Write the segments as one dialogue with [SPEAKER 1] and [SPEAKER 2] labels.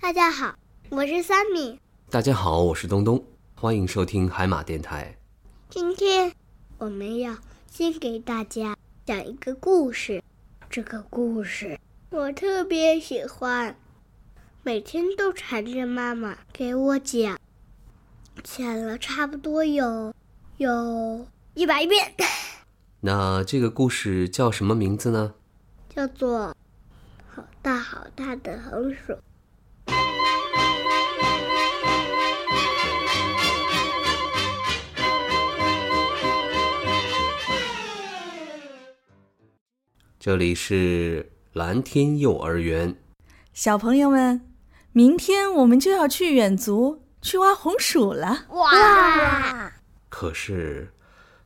[SPEAKER 1] 大家好，我是三米。
[SPEAKER 2] 大家好，我是东东，欢迎收听海马电台。
[SPEAKER 1] 今天我们要先给大家讲一个故事，这个故事我特别喜欢，每天都缠着妈妈给我讲，讲了差不多有有一百遍，
[SPEAKER 2] 那这个故事叫什么名字呢？
[SPEAKER 1] 叫做《好大好大的红薯》。
[SPEAKER 2] 这里是蓝天幼儿园，
[SPEAKER 3] 小朋友们，明天我们就要去远足去挖红薯了。
[SPEAKER 1] 哇！
[SPEAKER 2] 可是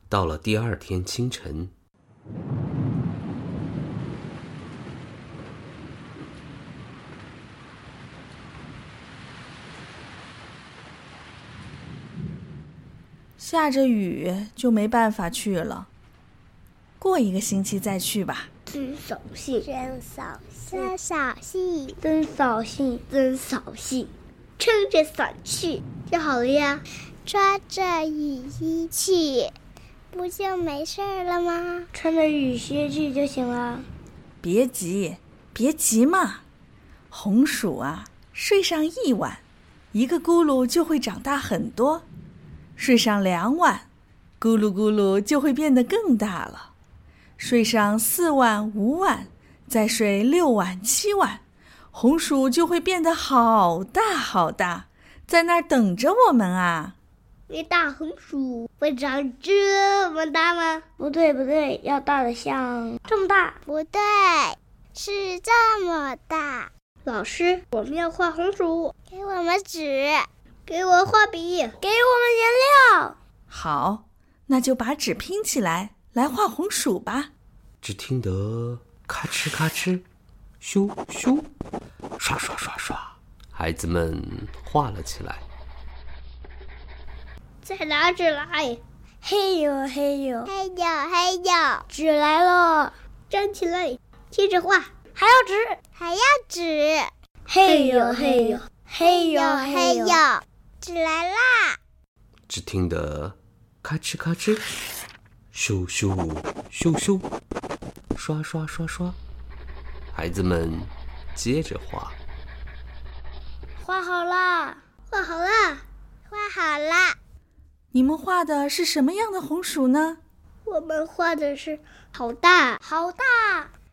[SPEAKER 2] 到了第二天清晨，
[SPEAKER 3] 下着雨就没办法去了，过一个星期再去吧。
[SPEAKER 1] 真扫兴，
[SPEAKER 4] 真扫兴，扫兴，
[SPEAKER 1] 真扫兴，真扫兴，撑着伞去就好了呀。
[SPEAKER 4] 抓着雨衣去，不就没事儿了吗？
[SPEAKER 1] 穿着雨靴去就行了。
[SPEAKER 3] 别急，别急嘛，红薯啊，睡上一晚，一个咕噜就会长大很多；睡上两晚，咕噜咕噜就会变得更大了；睡上四晚、五晚，再睡六晚、七晚，红薯就会变得好大好大，在那儿等着我们啊！
[SPEAKER 1] 那大红薯会长这么大吗？
[SPEAKER 5] 不对不对，要大的像这么大。
[SPEAKER 4] 不对，是这么大。
[SPEAKER 1] 老师，我们要画红薯，
[SPEAKER 4] 给我们纸，
[SPEAKER 1] 给我画笔，
[SPEAKER 5] 给我们颜料。
[SPEAKER 3] 好，那就把纸拼起来，来画红薯吧。
[SPEAKER 2] 只听得咔哧咔哧，咻咻，刷刷刷刷，孩子们画了起来。
[SPEAKER 1] 再拿纸来，
[SPEAKER 5] 嘿呦嘿呦，
[SPEAKER 4] 嘿呦嘿呦，
[SPEAKER 5] 纸来了，
[SPEAKER 1] 站起来，接着画。
[SPEAKER 5] 还要纸，
[SPEAKER 4] 还要纸，
[SPEAKER 5] 嘿呦嘿呦，嘿呦
[SPEAKER 4] 嘿呦，纸来啦！
[SPEAKER 2] 只听得咔哧咔哧，咻咻咻咻，刷刷刷刷，孩子们接着画。
[SPEAKER 5] 画好啦，
[SPEAKER 1] 画好啦，
[SPEAKER 4] 画好啦，
[SPEAKER 3] 你们画的是什么样的红薯呢？
[SPEAKER 1] 我们画的是好大，
[SPEAKER 5] 好大，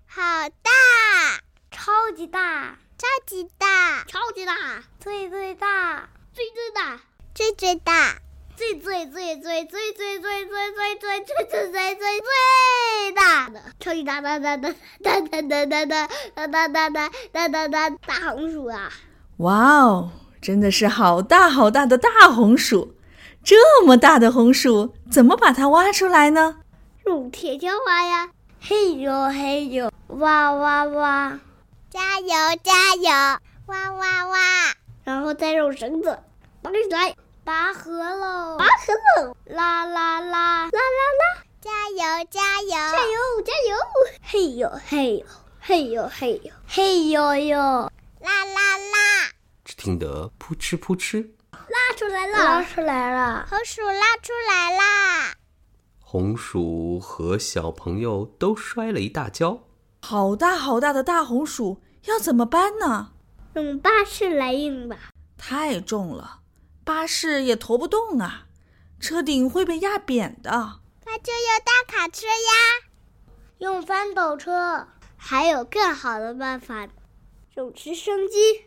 [SPEAKER 4] 好大，
[SPEAKER 5] 超级大，
[SPEAKER 4] 超级大，
[SPEAKER 1] 超级大，
[SPEAKER 5] 最最大，
[SPEAKER 1] 最最大，
[SPEAKER 4] 最最大，
[SPEAKER 1] 最最最最最最最最最最最最最最最大的，超级大大大大大大大大大大大大大大大大红薯啊！
[SPEAKER 3] 哇哦，真的是好大好大的大红薯！这么大的红薯，怎么把它挖出来呢？
[SPEAKER 1] 用铁锹挖呀，
[SPEAKER 5] 嘿呦嘿呦，哇哇哇，
[SPEAKER 4] 加油加油，哇哇哇！
[SPEAKER 1] 然后再用绳子绑起来，
[SPEAKER 5] 拔河喽
[SPEAKER 1] 拔，河喽！
[SPEAKER 5] 啦啦啦，
[SPEAKER 4] 加油加油，
[SPEAKER 1] 加油加油！嘿呦嘿呦嘿呦嘿呦！
[SPEAKER 5] 嘿呦呦，
[SPEAKER 4] 啦啦啦，
[SPEAKER 2] 只听得扑哧扑哧，
[SPEAKER 1] 拉出来
[SPEAKER 5] 拉
[SPEAKER 1] 了，
[SPEAKER 5] 出来了，
[SPEAKER 4] 红薯拉出来啦！
[SPEAKER 2] 红薯和小朋友都摔了一大跤。
[SPEAKER 3] 好大好大的大红薯，要怎么搬呢？
[SPEAKER 1] 用巴士来运吧。
[SPEAKER 3] 太重了，巴士也驮不动啊，车顶会被压扁的。
[SPEAKER 4] 那就用大卡车呀，
[SPEAKER 5] 用翻斗车，
[SPEAKER 1] 还有更好的办法，用直升机。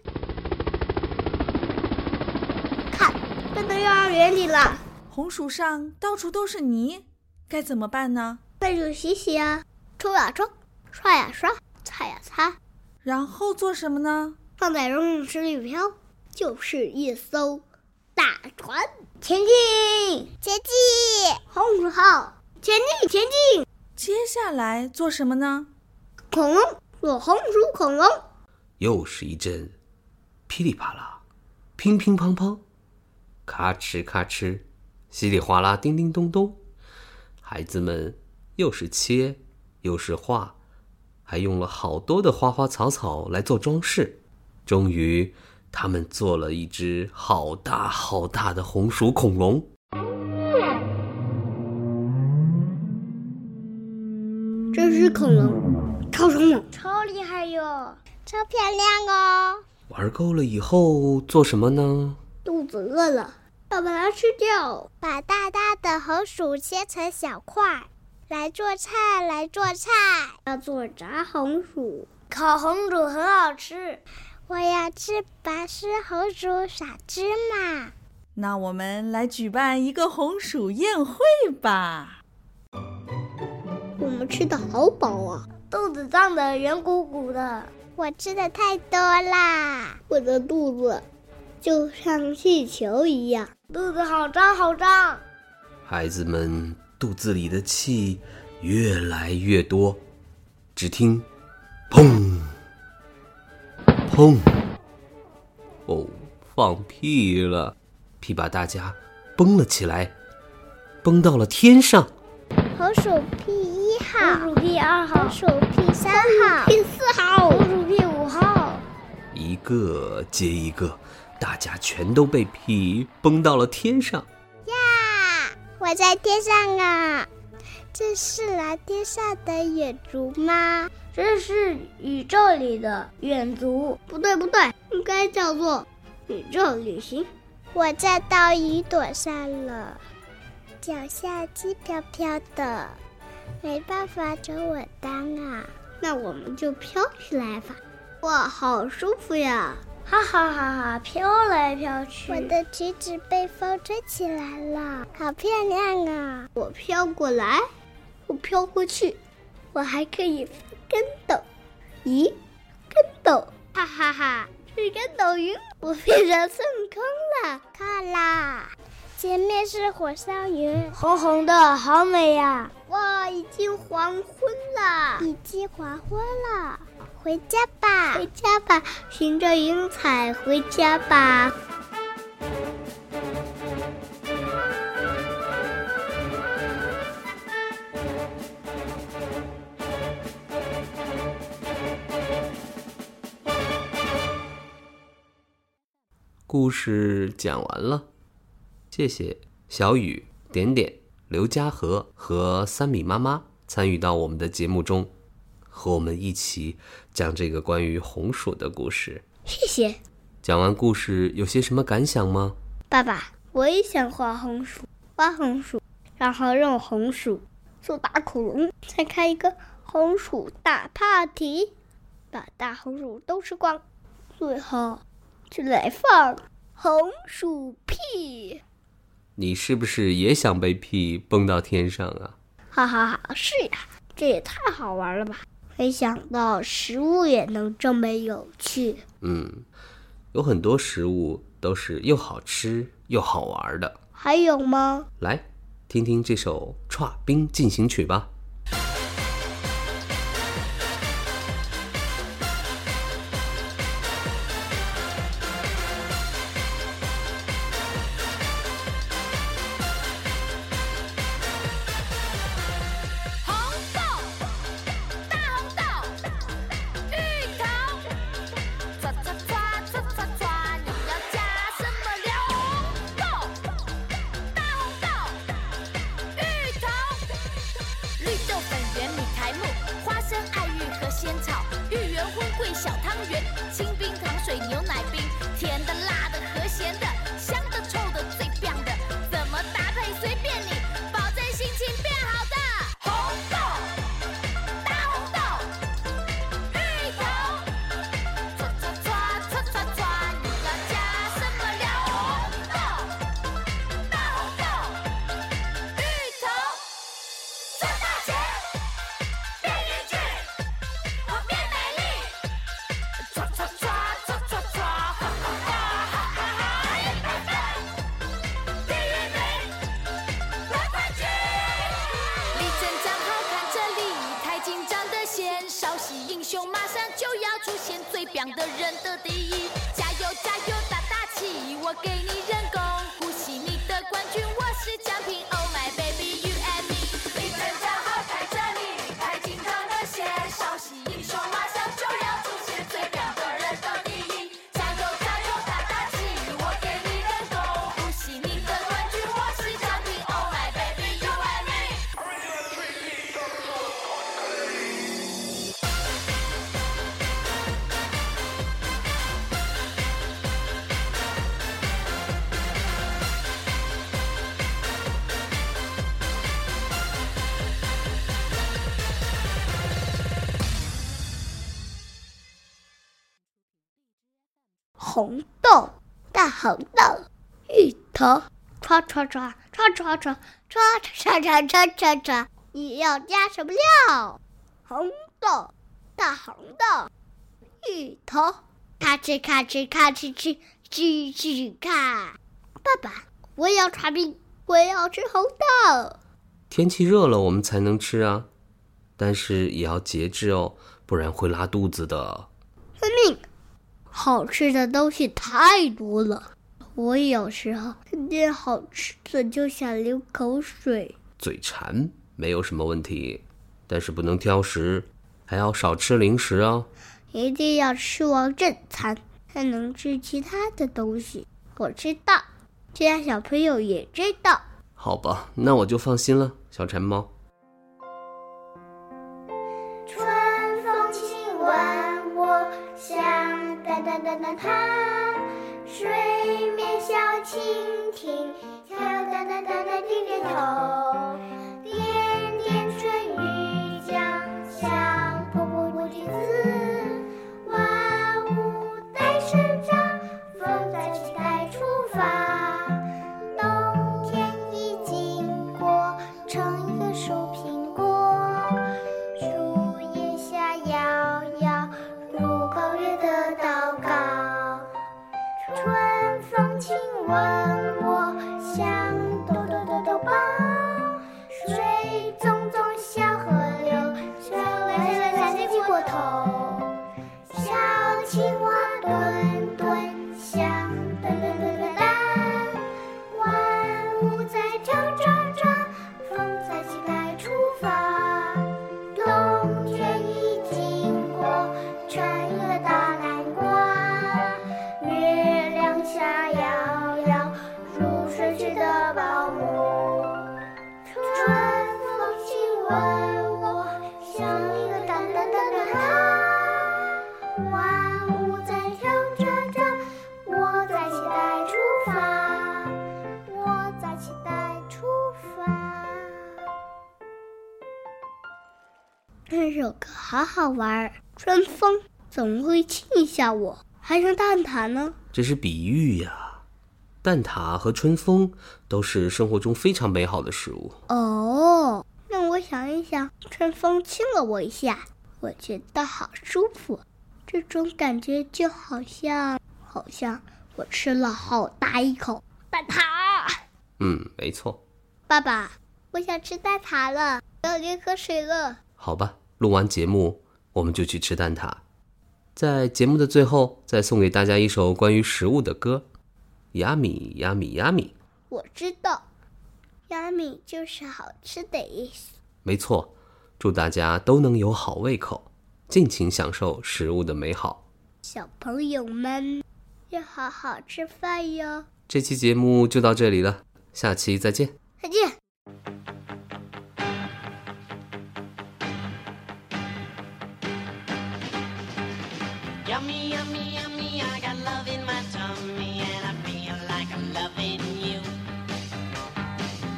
[SPEAKER 1] 看，奔到幼儿园里了，
[SPEAKER 3] 红薯上到处都是泥，该怎么办呢？
[SPEAKER 1] 快去洗洗啊，冲呀冲，刷呀刷，擦呀擦，
[SPEAKER 3] 然后做什么呢？
[SPEAKER 1] 放在游泳池里漂，就是一艘大船。前进，
[SPEAKER 4] 前进，
[SPEAKER 1] 红薯号，前进，前进，
[SPEAKER 3] 接下来做什么呢？
[SPEAKER 1] 恐龙，我红薯恐龙，
[SPEAKER 2] 又是一阵噼里啪啦、乒乒乓乓、咔哧咔哧、稀里哗啦、叮叮咚咚。孩子们又是切又是画，还用了好多的花花草草来做装饰。终于，他们做了一只好大好大的红薯恐龙。
[SPEAKER 5] 这只恐龙超生猛，
[SPEAKER 6] 超厉害哟！
[SPEAKER 1] 超漂亮哦！
[SPEAKER 2] 玩够了以后做什么呢？
[SPEAKER 5] 肚子饿了要把它吃掉。
[SPEAKER 1] 把大大的红薯切成小块儿，来做菜，来做菜。
[SPEAKER 5] 要做炸红薯，
[SPEAKER 6] 烤红薯很好吃，
[SPEAKER 1] 我要吃拔丝红薯撒芝麻。
[SPEAKER 3] 那我们来举办一个红薯宴会吧！
[SPEAKER 5] 我们吃的好饱啊！
[SPEAKER 6] 肚子胀得圆鼓鼓的。
[SPEAKER 1] 我吃的太多啦，
[SPEAKER 5] 我的肚子就像气球一样，
[SPEAKER 6] 肚子好胀好胀，
[SPEAKER 2] 孩子们肚子里的气越来越多，只听“砰砰”，哦，放屁了！屁把大家绷了起来，绷到了天上。
[SPEAKER 1] 红薯屁一
[SPEAKER 6] 红薯
[SPEAKER 1] 号，
[SPEAKER 6] 屁二号
[SPEAKER 1] 红，薯屁三号，
[SPEAKER 5] 第四号
[SPEAKER 6] 红薯屁五号，
[SPEAKER 2] 一个接一个，大家全都被屁崩到了天上。
[SPEAKER 1] 我在天上啊！这是蓝天上的野猪吗？
[SPEAKER 6] 这是宇宙里的远足。
[SPEAKER 5] 不对不对，应该叫做宇宙旅行。
[SPEAKER 1] 我站到云朵上了，脚下轻飘飘的，没办法走我当啊！
[SPEAKER 5] 那我们就飘起来吧！哇，好舒服呀！
[SPEAKER 6] 哈哈哈哈，飘来飘去。
[SPEAKER 1] 我的裙子被风吹起来了，好漂亮啊！
[SPEAKER 5] 我飘过来，我飘过去，我还可以翻跟斗。咦，跟斗，哈哈哈！是跟斗云，我变成孙悟空了。
[SPEAKER 1] 看啦，前面是火烧云，
[SPEAKER 6] 红红的，好美呀！
[SPEAKER 5] 哇，已经黄昏了，
[SPEAKER 1] 已经黄昏了，回家吧
[SPEAKER 5] 回。家吧，循着云彩回家吧。
[SPEAKER 2] 故事讲完了，谢谢小雨、点点、刘嘉禾和三米妈妈参与到我们的节目中，和我们一起讲这个关于红薯的故事。
[SPEAKER 5] 谢谢
[SPEAKER 2] 讲完故事有些什么感想吗？
[SPEAKER 5] 爸爸，我也想画红薯，画红薯，然后用红薯做大恐龙，再开一个红薯大 party，把大红薯都吃光，最后就来放红薯屁，
[SPEAKER 2] 你是不是也想被屁蹦到天上啊？
[SPEAKER 5] 哈哈哈！是呀，这也太好玩了吧！没想到食物也能这么有趣。
[SPEAKER 2] 嗯，有很多食物都是又好吃又好玩的。
[SPEAKER 5] 还有吗？
[SPEAKER 2] 来，听听这首《歘冰进行曲》吧。
[SPEAKER 7] 红豆、大红豆、芋头，抓抓抓抓抓抓，你要加什么料？红豆、大红豆、芋头，绿豆粉圆米苔木，花生爱玉和仙草，芋圆荤桂小汤圆，清冰糖水牛奶冰，甜的、辣的和咸的，香的、臭的、最棒的，怎么搭配随便你，保证心情变好的。红豆、大红豆、芋头，抓抓抓抓抓抓，你要加什么料？红豆、大红豆、芋头，赚大钱，变英俊，我变美丽，抓抓抓抓抓抓，哈哈哈哈哈哈！一百分，第一名。拿冠军！李村长好看，这里太紧张的线，稍息英雄马上就要出现，最棒的人得第一，加油加油打打气，我给你人工呼吸，你的冠军我是奖品，Oh my baby you and me。李村长好看，这里太紧张的线，稍息英雄马上就要出现，最棒的人得第一，加油加油打，Oh
[SPEAKER 5] 红豆，大红豆，芋头，刷刷刷刷刷刷刷刷刷刷刷刷，你要加什么料？红豆，大红豆，芋头，咔哧咔哧咔哧哧哧哧咔。爸爸，我也要刨冰，我也要吃红豆。
[SPEAKER 2] 天气热了我们才能吃啊，但是也要节制哦，不然会拉肚子的。
[SPEAKER 5] 遵命。好吃的东西太多了，我有时候看见好吃的就想流口水。
[SPEAKER 2] 嘴馋没有什么问题，但是不能挑食，还要少吃零食哦。
[SPEAKER 5] 一定要吃完正餐，才能吃其他的东西。我知道，其他小朋友也知道。
[SPEAKER 2] 好吧，那我就放心了，小馋猫。
[SPEAKER 1] 春风亲吻我，像哒哒哒哒它。水面小蜻蜓，跳哒哒哒哒点点头。点点春雨降，像瀑布的子。万物在生长，风在期待出发。冬天已经过，成一个树苹果。树叶下摇摇，如高月的祷告。春风亲吻我，像朵朵朵朵抱。水淙淙小河流，小流小小的过头。小青蛙墩墩响，墩墩墩墩哒。万物在跳转转，风在期待出发。冬天已经过，穿一个大南瓜。月亮下摇摇，如睡去的保姆。春风亲吻我，像一个大大大的他。万物在跳着跳，我在期待出发，我在期待出发。
[SPEAKER 5] 这首歌好好玩儿，春风总会亲一下我，还剩蛋挞呢。
[SPEAKER 2] 这是比喻呀。蛋挞和春风都是生活中非常美好的食物。
[SPEAKER 5] 哦，那我想一想，春风亲了我一下，我觉得好舒服，这种感觉就好像，好像我吃了好大一口蛋挞。
[SPEAKER 2] 嗯，没错。
[SPEAKER 5] 爸爸，我想吃蛋挞了，我要流口水了。
[SPEAKER 2] 好吧，录完节目我们就去吃蛋挞。在节目的最后，再送给大家一首关于食物的歌，《亚米亚米亚米》。
[SPEAKER 5] 我知道，yummy 就是好吃的意思。
[SPEAKER 2] 没错，祝大家都能有好胃口，尽情享受食物的美好。
[SPEAKER 5] 小朋友们要好好吃饭哟。
[SPEAKER 2] 这期节目就到这里了，下期再见。
[SPEAKER 5] 再见。
[SPEAKER 8] Yummy, yummy, yummy, I got love in my tummy and I feel like I'm loving you.